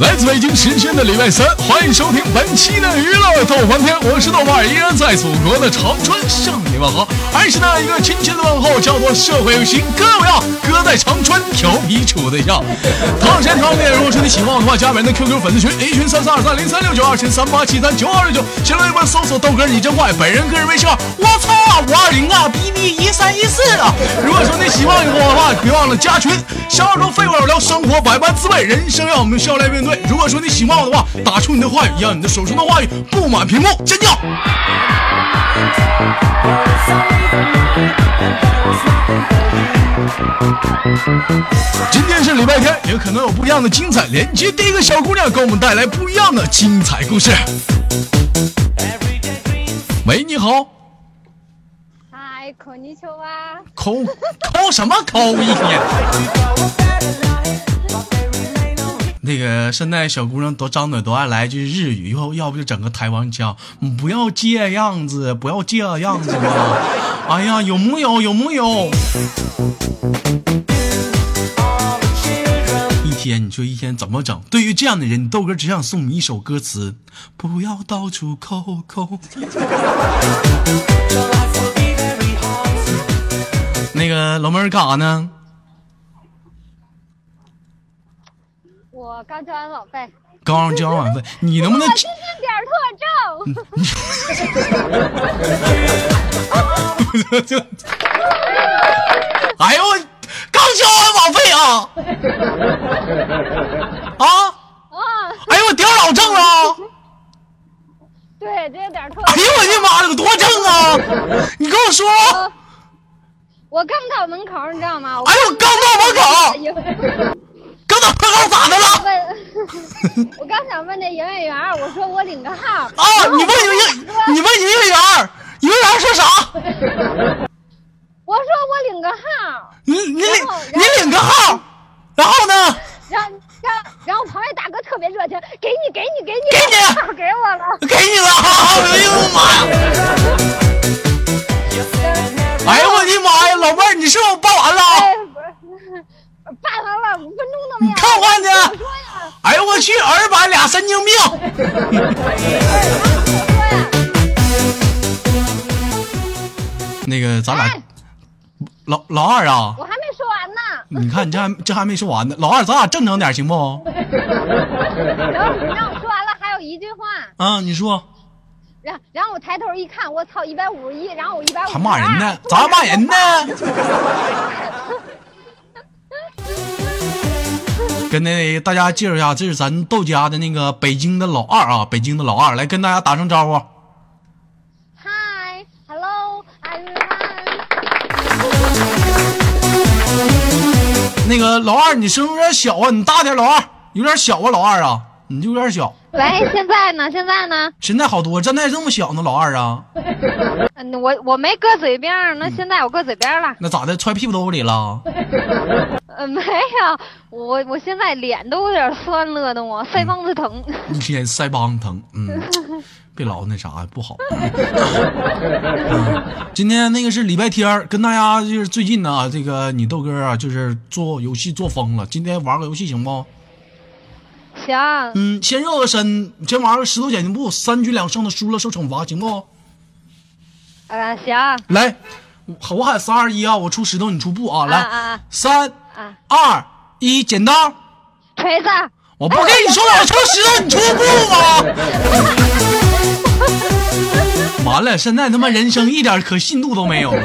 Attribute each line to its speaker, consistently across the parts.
Speaker 1: 来自北京时间的礼拜三，欢迎收听本期的娱乐逗翻天，我是豆瓣儿，依然在祖国的长春向你问好，还是那一个亲切的问候，叫做社会有心哥有样，哥在长春调皮处对象。同样时间同样地点，如果说你喜欢我的话，加本人的 QQ 粉丝群 A 群三三二三零三六九，二群三八七三九二六九，新浪微博搜索豆哥你真坏，本人个人微信号我操啊五二零啊 B B 一三一四啊。如果说你喜欢我的话，别忘了加群，享受废话少聊，生活百般滋味，人生让我们笑来面对。如果说你喜欢我的话，打出你的话语，让你的手中的话语布满屏幕，尖叫！今天是礼拜天，也可能有不一样的精彩。连接第一个小姑娘，给我们带来不一样的精彩故事。喂，你好，
Speaker 2: 嗨，孔尼丘啊！
Speaker 1: 抠抠什么抠一天？那个现在小姑娘都张嘴都爱来句日语，要要不就整个台湾腔，你不要这样子，不要这样子嘛！哎呀，有木有？有木有？一天，你说一天怎么整？对于这样的人，豆哥只想送你一首歌词：不要到处抠抠。那个老妹儿干啥呢？
Speaker 2: 我刚交完网费，
Speaker 1: 刚交完晚费，你能不能
Speaker 2: 我这是点儿特
Speaker 1: 嗯
Speaker 2: 征。
Speaker 1: 就，哎呦，我刚交完网费啊！啊！
Speaker 2: 啊，
Speaker 1: 哎呦，我屌老正了！
Speaker 2: 对，这是点儿特
Speaker 1: 哎
Speaker 2: 征。
Speaker 1: 呦我的妈了，有多正啊！你跟我说，
Speaker 2: 哦我刚到门口，你知道吗？我
Speaker 1: 哎呦，刚到门口，
Speaker 2: 口。
Speaker 1: 刚到门口咋的了？
Speaker 2: 问， 我刚想问那营业员，我说我领个号。
Speaker 1: 啊！你问营业，你问营业员儿，营业员儿说啥？
Speaker 2: 我说我领个号，
Speaker 1: 你你领
Speaker 2: 然后
Speaker 1: 你领个号，然后呢？
Speaker 2: 然后然后然后旁边大哥特别热情，给你给你给你
Speaker 1: 给你
Speaker 2: 号给我了。
Speaker 1: 给你了！哎呦我的妈呀！哎呦我的妈呀，老妹儿，你是不是报完了？
Speaker 2: 哎，不是， 办完了五分钟都没有。
Speaker 1: 你看看去
Speaker 2: 我说呀，
Speaker 1: 哎呦我去，儿版俩神经病！
Speaker 2: 我说呀。
Speaker 1: 那个咱俩
Speaker 2: 哎，
Speaker 1: 老老二啊，
Speaker 2: 我还没说完呢，
Speaker 1: 你看你这还这还没说完呢，老二，咱俩正常点行不？
Speaker 2: 然后你让我说完了，还有一句话，
Speaker 1: 啊，你说
Speaker 2: 然然后我抬头一看，我操，一百五十一，然后我一百五，
Speaker 1: 还骂人呢？咋还骂人 呢？跟那大家介绍一下，这是咱豆家的那个北京的老二啊，北京的老二，来跟大家打声招呼。
Speaker 2: 嗨，hello everyone，
Speaker 1: 那个老二，你声音有点小啊，你大点，老二，有点小啊，老二啊，你就有点小。
Speaker 2: 喂，现在呢？现在呢？
Speaker 1: 现在好多，现在这么小呢，老二啊，
Speaker 2: 嗯，我我没搁嘴边儿，
Speaker 1: 嗯
Speaker 2: 那现在我搁嘴边儿了，
Speaker 1: 那咋的，揣屁股兜里了？
Speaker 2: 呃，没有，我我现在脸都有点酸了的
Speaker 1: 嗯
Speaker 2: 我，腮帮子疼。
Speaker 1: 一天腮帮子疼， 嗯，别老那啥不好。嗯今天那个是礼拜天儿，跟大家就是最近呢、这个你豆哥啊，就是做游戏做疯了。今天玩个游戏行不？
Speaker 2: 行，
Speaker 1: 嗯，先热个身，先玩个石头剪刀布，三局两胜的输了受惩罚，行不？
Speaker 2: 呃，行，
Speaker 1: 来，我我喊三二一啊，我出石头，你出布啊，
Speaker 2: 啊
Speaker 1: 来
Speaker 2: 啊，
Speaker 1: 三
Speaker 2: 啊
Speaker 1: 二一，剪刀。
Speaker 2: 锤子，
Speaker 1: 我不跟你说，我出石头，你出布 吗？完了，现在他妈人生一点可信度都没有了。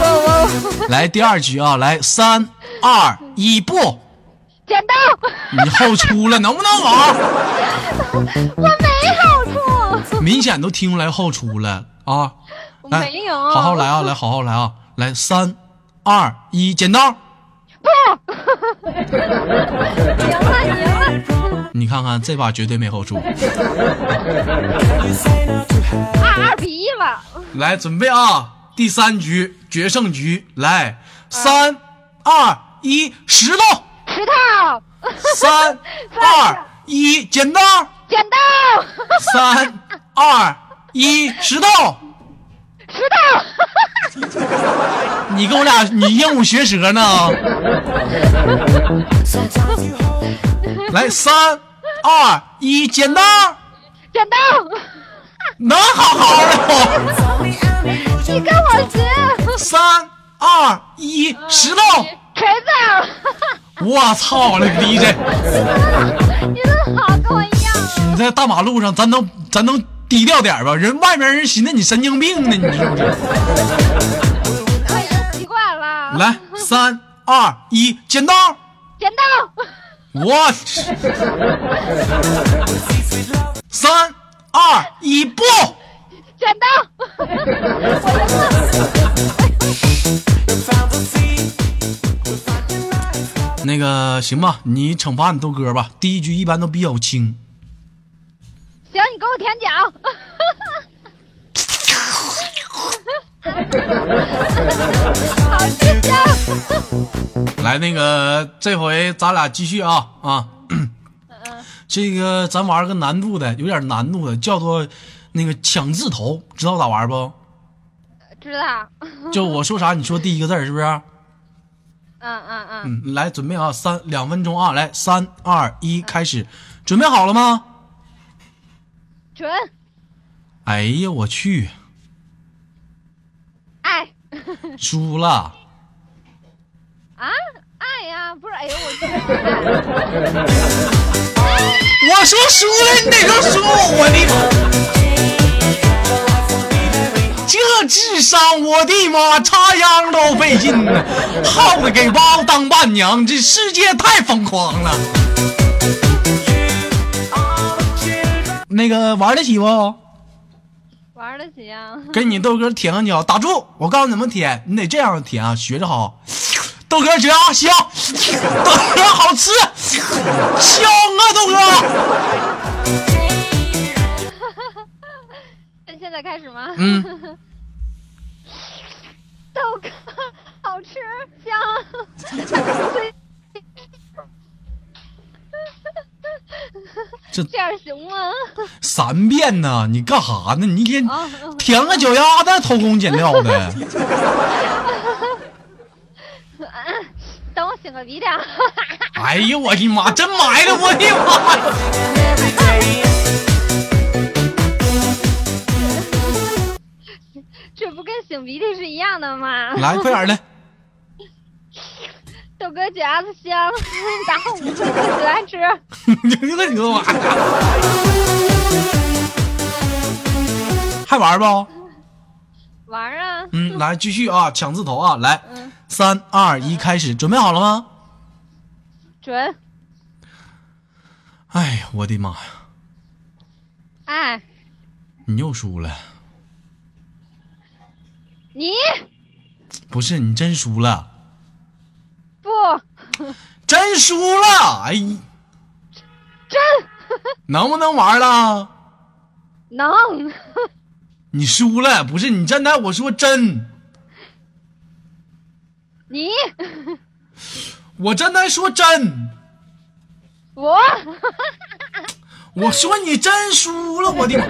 Speaker 2: 我我
Speaker 1: 来第二局啊，来三二一布，
Speaker 2: 剪刀，
Speaker 1: 你后出了，能不啊能玩？
Speaker 2: 我
Speaker 1: 啊
Speaker 2: 没好处。
Speaker 1: 明显都听出来后出了啊！来，
Speaker 2: 没有
Speaker 1: 好好来啊，来，好好来啊，来三二一，剪刀。
Speaker 2: 赢了，赢了！
Speaker 1: 你看看这把绝对没后出。
Speaker 2: 二二比一了，
Speaker 1: 来，准备啊，第三局决胜局，来三二一， 石头。
Speaker 2: 石头、
Speaker 1: 三二一，剪刀！
Speaker 2: 剪刀、
Speaker 1: 三二一，石头！
Speaker 2: 知道。
Speaker 1: 你跟我俩你鹦鹉学舌呢？ 来，三二一，剪刀，
Speaker 2: 剪刀，
Speaker 1: 能好好的吗？
Speaker 2: 你跟我学。
Speaker 1: 三二一，石头。
Speaker 2: 锤子，
Speaker 1: 我操！我勒个逼这！
Speaker 2: 你们好，跟我一样啊。
Speaker 1: 你在大马路上，咱能咱能低调点儿吧？人外面人寻思你神经病呢，你是不是？
Speaker 2: 我已经习惯了。
Speaker 1: 来，三二一，剪刀！
Speaker 2: 剪刀，
Speaker 1: 我去！三二一，不！
Speaker 2: 剪刀，
Speaker 1: 那个行吧，你惩罚你豆哥吧。第一局一般都比较轻，
Speaker 2: 行，你给我舔脚。好吃香，
Speaker 1: 来，那个这回咱俩继续啊啊！这个咱玩个难度的，有点难度的，叫做那个抢字头，知道咋玩不？
Speaker 2: 知道。
Speaker 1: 就我说啥，你说第一个字儿是不是？
Speaker 2: 嗯嗯嗯，
Speaker 1: 嗯，来准备啊，三两分钟啊，来三二一，开始，准备好了吗？
Speaker 2: 准
Speaker 1: 哎呀，我去，
Speaker 2: 爱
Speaker 1: 输了，
Speaker 2: 啊爱呀，不是哎呦我去，
Speaker 1: 我说输了，你哪能输我的？这智商，我的妈，插秧都费劲呢！耗子给猫当伴娘，这世界太疯狂了。那个玩得起不？
Speaker 2: 玩得起啊？
Speaker 1: 给你豆哥舔个脚，打住！我告诉你怎么舔，你得这样舔啊，学着好。豆哥行啊，香，豆哥好吃，香啊，豆哥。
Speaker 2: 那现在开始吗？
Speaker 1: 嗯，
Speaker 2: 豆哥好吃香，
Speaker 1: 这
Speaker 2: 这样行吗？
Speaker 1: 三遍呢，你干哈呢？你一天
Speaker 2: 啊
Speaker 1: 舔个脚丫子，偷工减料 的。
Speaker 2: 等我擤个鼻涕啊。
Speaker 1: 哎呀，我的妈，真埋汰我的妈呀！
Speaker 2: 这不跟擤鼻涕是一样的吗？
Speaker 1: 来， 快点儿的，
Speaker 2: 豆哥脚丫子香，然后我们就喜欢吃。
Speaker 1: 你个你个玩意儿还玩不？
Speaker 2: 玩儿啊，
Speaker 1: 嗯，来继续啊，抢字头啊，来
Speaker 2: 嗯，
Speaker 1: 三二一，开始，准备好了吗？
Speaker 2: 准
Speaker 1: 哎呀，我的妈呀，
Speaker 2: 哎，
Speaker 1: 你又输了，
Speaker 2: 你
Speaker 1: 不是你真输了，
Speaker 2: 不
Speaker 1: 真输了，哎，
Speaker 2: 真
Speaker 1: 能不能玩了？
Speaker 2: 能，
Speaker 1: 你输了，不是你站台，我说真，
Speaker 2: 你
Speaker 1: 我站台说真，
Speaker 2: 我
Speaker 1: 我说你真输了，我的妈！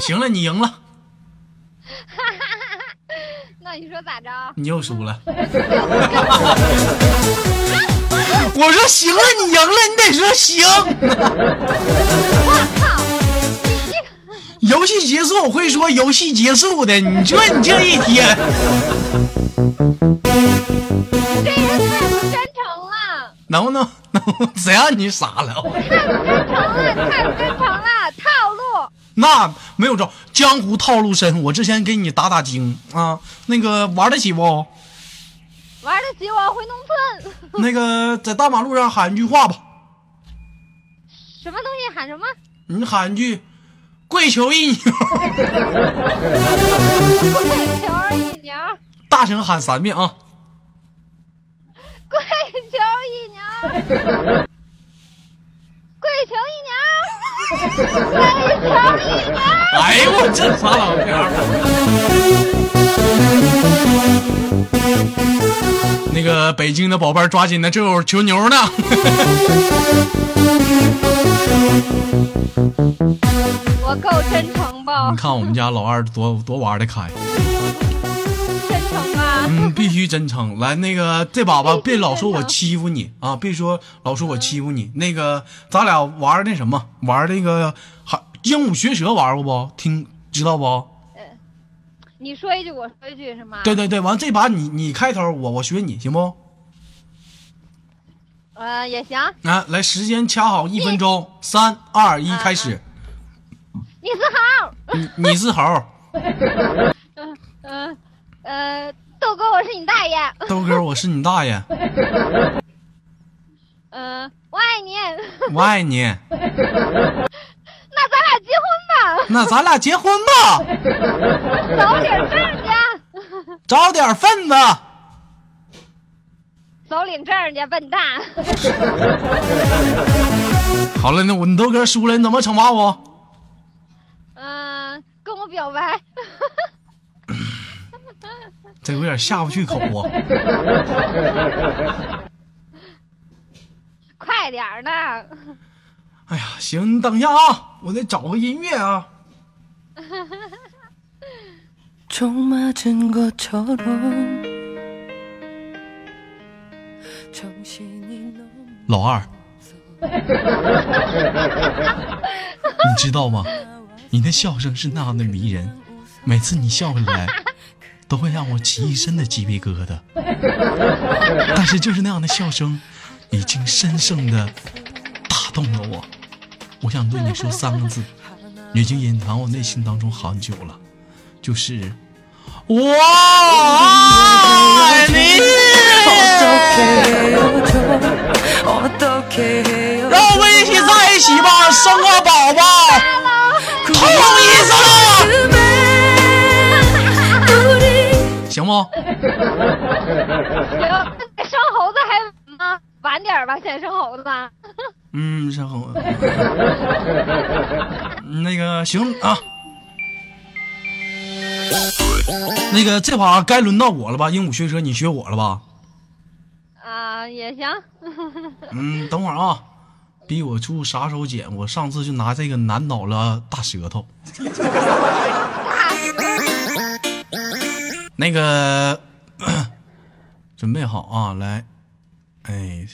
Speaker 1: 行了，你赢了，
Speaker 2: 那你说咋着？
Speaker 1: 你又输了。我说行了，你赢了，你得说行。游戏结束，我会说游戏结束的。你说你这一天。
Speaker 2: 这人太不真诚了，
Speaker 1: 能不能能不能谁让你傻了？
Speaker 2: 太不真诚了，太不真诚了，套路。
Speaker 1: 那没有招，江湖套路深。我之前给你打打精啊，那个玩得起不？
Speaker 2: 玩得起我回农村，
Speaker 1: 那个在大马路上喊一句话吧，
Speaker 2: 什么东西喊什么？
Speaker 1: 你喊一句“跪求一牛
Speaker 2: 跪求一牛，”，
Speaker 1: 大声喊三遍啊！
Speaker 2: 跪求一牛，跪求一牛，跪求一牛。
Speaker 1: 哎呦我这傻老片儿。啊那个北京的宝贝儿，抓紧的，这会儿求牛呢。
Speaker 2: 我够真诚不？道
Speaker 1: 你，看我们家老二多多玩得开，
Speaker 2: 真诚啊，
Speaker 1: 嗯，必须真诚。来，那个这把吧，别老说我欺负你啊，别说老说我欺负你。那个，咱俩玩那什么，玩那个还鹦鹉学舌玩过不？听知道不？
Speaker 2: 你说一句我说一句是吗？
Speaker 1: 对对对，完这把你你开头，我我学你行不？
Speaker 2: 呃，也行。
Speaker 1: 啊，来，时间掐好一分钟，三二一，开始。
Speaker 2: 你是好，
Speaker 1: 你你是猴儿，
Speaker 2: 嗯呃，豆哥，我是你大爷，
Speaker 1: 豆哥，我是你大爷，
Speaker 2: 嗯，我爱你，
Speaker 1: 我爱你。
Speaker 2: 那咱俩结婚
Speaker 1: 那咱俩结婚吧，
Speaker 2: 吧，早领证去，啊
Speaker 1: 找点份子。
Speaker 2: 早领证去，笨 蛋。
Speaker 1: 好了，那我你豆哥输了，你怎么惩罚我？
Speaker 2: 嗯，跟我表白，
Speaker 1: 这有点下不去口啊。
Speaker 2: 快点儿的。
Speaker 1: 哎呀，行，你等一下啊，我得找个音乐啊。
Speaker 3: 총 맞은 것처럼 정신이 너무
Speaker 1: 老二，你知道吗？你的笑声是那样的迷人，每次你笑起来，都会让我起一身的鸡皮疙瘩。但是就是那样的笑声，已经深深的打动了我。我想对你说三个字，已经隐藏我内心当中很久了，就是我爱你。
Speaker 3: 어떻게 헤어져 어떻게 헤어져
Speaker 1: 让我们一起在一起吧，生个宝宝，痛一次，
Speaker 3: 가슴에 우리
Speaker 1: 行不？
Speaker 2: 行，那生猴子还晚吗？晚点儿吧，现在生猴子吧。
Speaker 1: 嗯，然后 那个行啊，那个这把该轮到我了吧？鹦鹉学舌，你学我了吧？
Speaker 2: 啊，也行。
Speaker 1: 嗯，等会儿啊，逼我出杀手锏，我上次就拿这个难倒了大舌头。那个， 准备好啊，来，哎，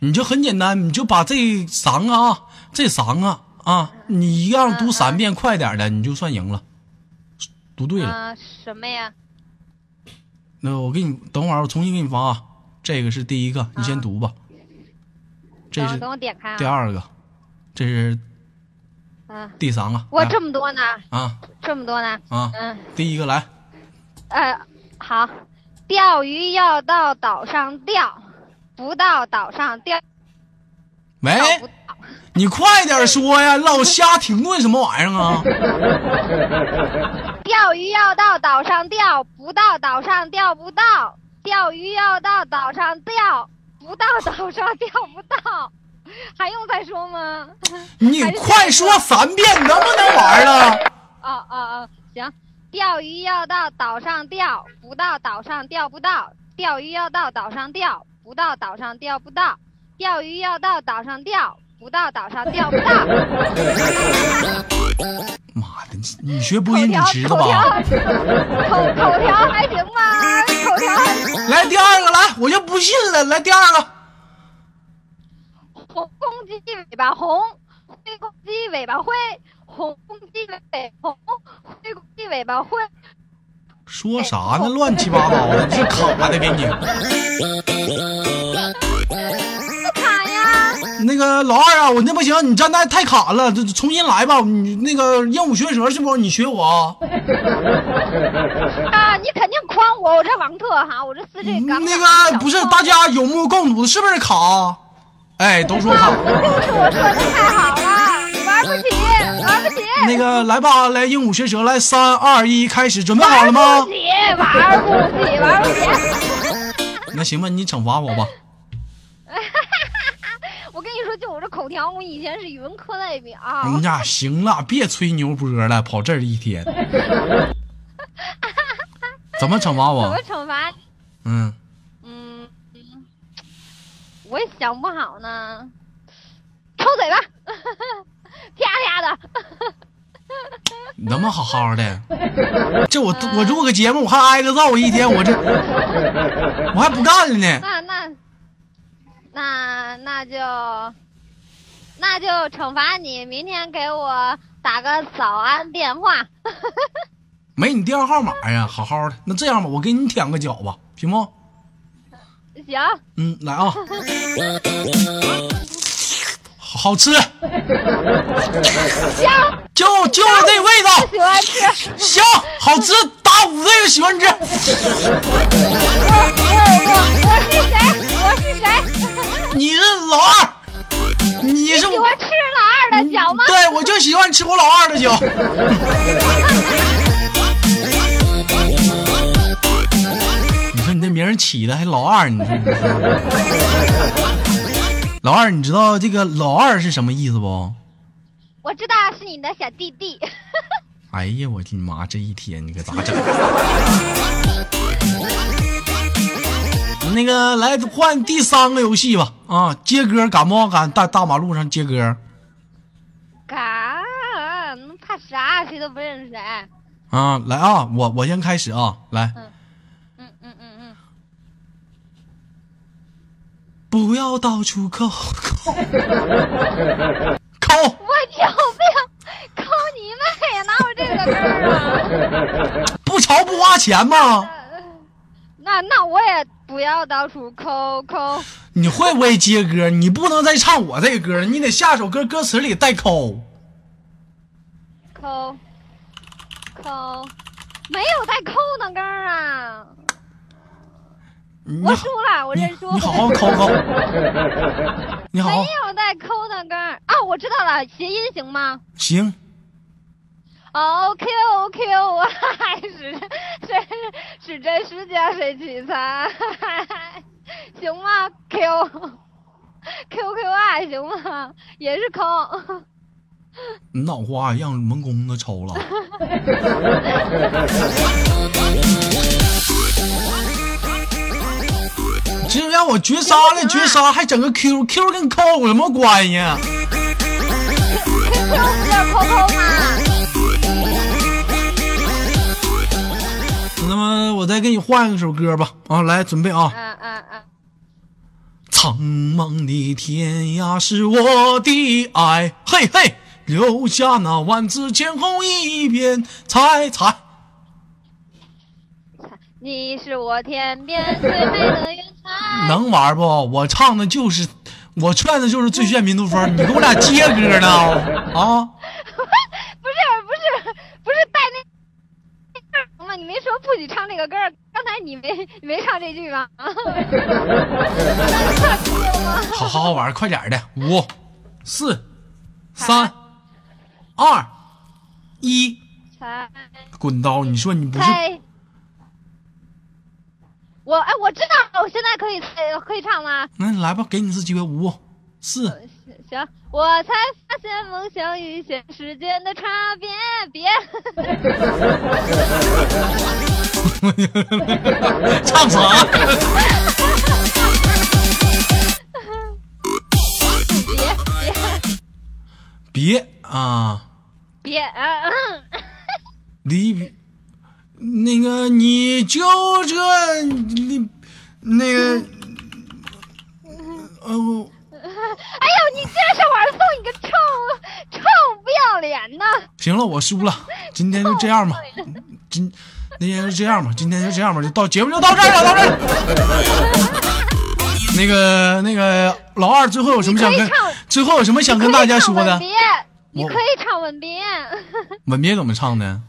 Speaker 1: 你就很简单，你就把这三个啊，这三个啊，你一样读三遍，快点儿的，你就算赢了，读对了。
Speaker 2: 啊，什么呀？
Speaker 1: 那我给你等会儿，我重新给你发啊。这个是第一个，你先读吧。这
Speaker 2: 啊等
Speaker 1: 是
Speaker 2: 等我点开啊。
Speaker 1: 第二个，这是
Speaker 2: 啊，
Speaker 1: 第三个。
Speaker 2: 我
Speaker 1: 来
Speaker 2: 这么多呢，
Speaker 1: 啊
Speaker 2: 这么多呢。
Speaker 1: 啊，
Speaker 2: 嗯，
Speaker 1: 第一个来，
Speaker 2: 呃，好，钓鱼要到岛上钓，不到岛上钓
Speaker 1: 喂，
Speaker 2: 不到。
Speaker 1: 你快点说 呀，老瞎停顿什么玩意儿啊？
Speaker 2: 钓鱼要到岛上钓，不到岛上钓不到。钓鱼要到岛上钓，不到岛上钓不到。还用再说吗？
Speaker 1: 你
Speaker 2: 还是
Speaker 1: 快说三遍，能不能玩啊了？
Speaker 2: 哦哦哦，行，钓鱼要到岛上钓，不到岛上钓不到；钓鱼要到岛上钓，不到岛上钓不到；钓鱼要到岛上钓，不到岛上钓不到。
Speaker 1: 妈的，你你学播
Speaker 2: 口
Speaker 1: 音你
Speaker 2: 条，
Speaker 1: 知道
Speaker 2: 口条
Speaker 1: 吧？，
Speaker 2: 口口条还行吧？口条还行。
Speaker 1: 来第二个，来，我就不信了，来第二个。
Speaker 2: 红公鸡尾巴红，灰公鸡尾巴灰，红公鸡尾巴红，灰公鸡尾巴灰。
Speaker 1: 说啥
Speaker 2: 哎
Speaker 1: 呢？乱七八糟 的，这卡的给你。
Speaker 2: 不卡哎呀，
Speaker 1: 那个老二啊，我那不行，你站那太卡了，这这重新来吧。你那个鹦鹉学舌是不是？你学我啊？
Speaker 2: 啊，你肯定诓我，我这王特哈，我这四这杠。
Speaker 1: 那个不是，大家有目共睹，是不是卡？哎，都说卡。
Speaker 2: 就是我说的太好了，玩不起，玩不起，
Speaker 1: 那个来吧，来鹦鹉学舌，来三二一，开始，准备好了
Speaker 2: 玩
Speaker 1: 吗
Speaker 2: 不？起，玩不起，玩不起。
Speaker 1: 那行吧，你惩罚我吧。
Speaker 2: 我跟你说，就我这口条，我以前是语文课代表。
Speaker 1: 哎呀，行了，别吹牛波了，跑这儿一天。怎么惩罚
Speaker 2: 怎么
Speaker 1: 我？
Speaker 2: 惩罚？
Speaker 1: 嗯，
Speaker 2: 嗯， 我也想不好呢。抽嘴巴，啪了。
Speaker 1: 能不能好好的？这我我录个节目，我还挨个揍一天，我这我还不干了呢。
Speaker 2: 那那那那就那就惩罚你，明天给我打个早安电话。
Speaker 1: 没你电话号码呀，好好的。那这样吧，我给你舔个脚吧，行不？
Speaker 2: 行，
Speaker 1: 嗯，来啊，好好吃，
Speaker 2: 香，
Speaker 1: 就就这味道。
Speaker 2: 喜欢吃。
Speaker 1: 行，好吃，打五个也喜欢吃。
Speaker 2: 我我我是谁？我是谁？
Speaker 1: 你是老二，你是
Speaker 2: 喜
Speaker 1: 我，
Speaker 2: 欢吃老二的脚吗？
Speaker 1: 对我就喜欢吃我老二的脚。你说你这名儿起的还老二，你说老二，你知道这个老二是什么意思不？
Speaker 2: 我知道是你的小弟弟。
Speaker 1: 哎呀，我的妈！这一天你可咋整？那个，来换第三个游戏吧。啊，接歌敢不敢大大马路上接歌？
Speaker 2: 敢？怕啥？谁都不认识谁。
Speaker 1: 啊，来啊，我我先开始啊，来，
Speaker 2: 嗯嗯嗯嗯。
Speaker 1: 不要到处抠 抠抠，
Speaker 2: 我有病！抠你妹呀！哪有这个歌儿 啊？
Speaker 1: 不潮不花钱吗？
Speaker 2: 那那我也不要到处抠抠。
Speaker 1: 你会不会接歌？你不能再唱我这歌了，你得下首歌歌词里带抠。
Speaker 2: 抠，抠，没有在抠呢，刚儿啊！
Speaker 1: 你
Speaker 2: 我输了，我
Speaker 1: 你
Speaker 2: 认输。哎
Speaker 1: 你好好抠 抠，你好
Speaker 2: 没
Speaker 1: 好
Speaker 2: 有在抠呢，刚儿啊！我知道了，谐音行吗？
Speaker 1: 行。
Speaker 2: 哦，Q Q，嗨，是是是真是假谁取材？行吗？Q Q Q I 行吗？也是抠，
Speaker 1: 你脑瓜让门公子抽了。 这让我绝杀了，绝杀还整个 Q Q 跟扣有什么关系？啊
Speaker 2: 不是抠抠吗？
Speaker 1: 那么我再给你换一首歌吧。啊，来准备啊！
Speaker 2: 嗯嗯嗯，
Speaker 1: 苍茫的天涯是我的爱，嘿嘿，留下那万紫千红一片彩彩。
Speaker 2: 你是我天边最美的云彩。
Speaker 1: 能玩不？我唱的就是，我劝的就是最炫民族风，你给我俩接歌呢？啊，
Speaker 2: 不是不是不是带那那歌儿吗？你没说不许唱这个歌儿，刚才你没你没唱这句吗？
Speaker 1: 好好好玩，快点的，五、四、三、二、一，
Speaker 2: 才
Speaker 1: 滚刀！你说你不是
Speaker 2: 猜，我哎，我知道了，我现在可以呃可以唱吗？
Speaker 1: 那你来吧，给你一次机会，五、四，
Speaker 2: 行，我才发现梦想与现实间的差别。别，
Speaker 1: 唱啥？别啊！
Speaker 2: 别，啊、嗯，
Speaker 1: 离别，那个你就这你那个，哦、
Speaker 2: 哎呦，你竟然上玩送你个臭臭不要脸的！
Speaker 1: 行了，我输了，今天就这样吧， 今那天就这样吧，今天就这样吧，就到节目就到这儿了，到这儿了。那个那个老二，最后有什么想
Speaker 2: 你可
Speaker 1: 跟
Speaker 2: 以唱
Speaker 1: 最后有什么想跟大家说的
Speaker 2: 你可以唱吻？别，你可以唱吻别。
Speaker 1: 吻别怎么唱的？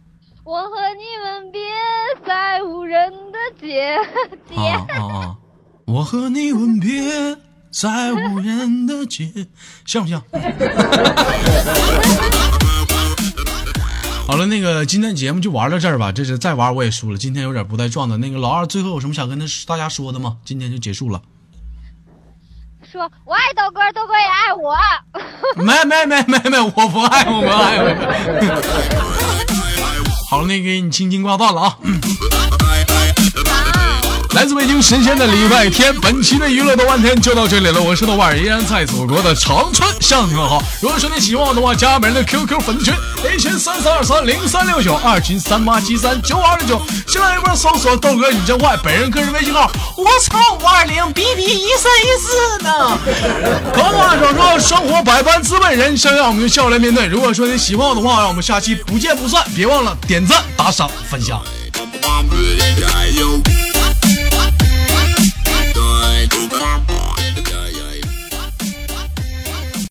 Speaker 2: 我和你吻别在无人的街，街、
Speaker 1: 啊啊啊！我和你吻别在无人的街，像不像？ 好了，那个今天节目就玩到这儿吧。这是再玩我也输了，今天有点不带状的。那个老二最后有什么想跟他大家说的吗？今天就结束了。
Speaker 2: 说我爱豆哥，豆哥也爱我。
Speaker 1: 没没没没没，我不爱我不 爱我。好了，那个给你轻轻挂断了啊。嗯来，来自北京时间的礼拜天，本期的娱乐豆瓣天就到这里了。我是豆瓣儿，依然在祖国的长春向你们好。如果说你喜欢我的话，加本人的 QQ 粉丝群，A 群三三二三零三六九，二群三八七三九二六九，新浪微博搜索豆哥你真坏，本人个人微信号我操五二零 B B 一三一四呢。口话少说，生活百般滋味，人生让我们用笑来面对。如果说你喜欢我的话，让我们下期不见不散。别忘了点赞、打赏、分享。
Speaker 4: Bam, bam, bam, bam, bam, bam,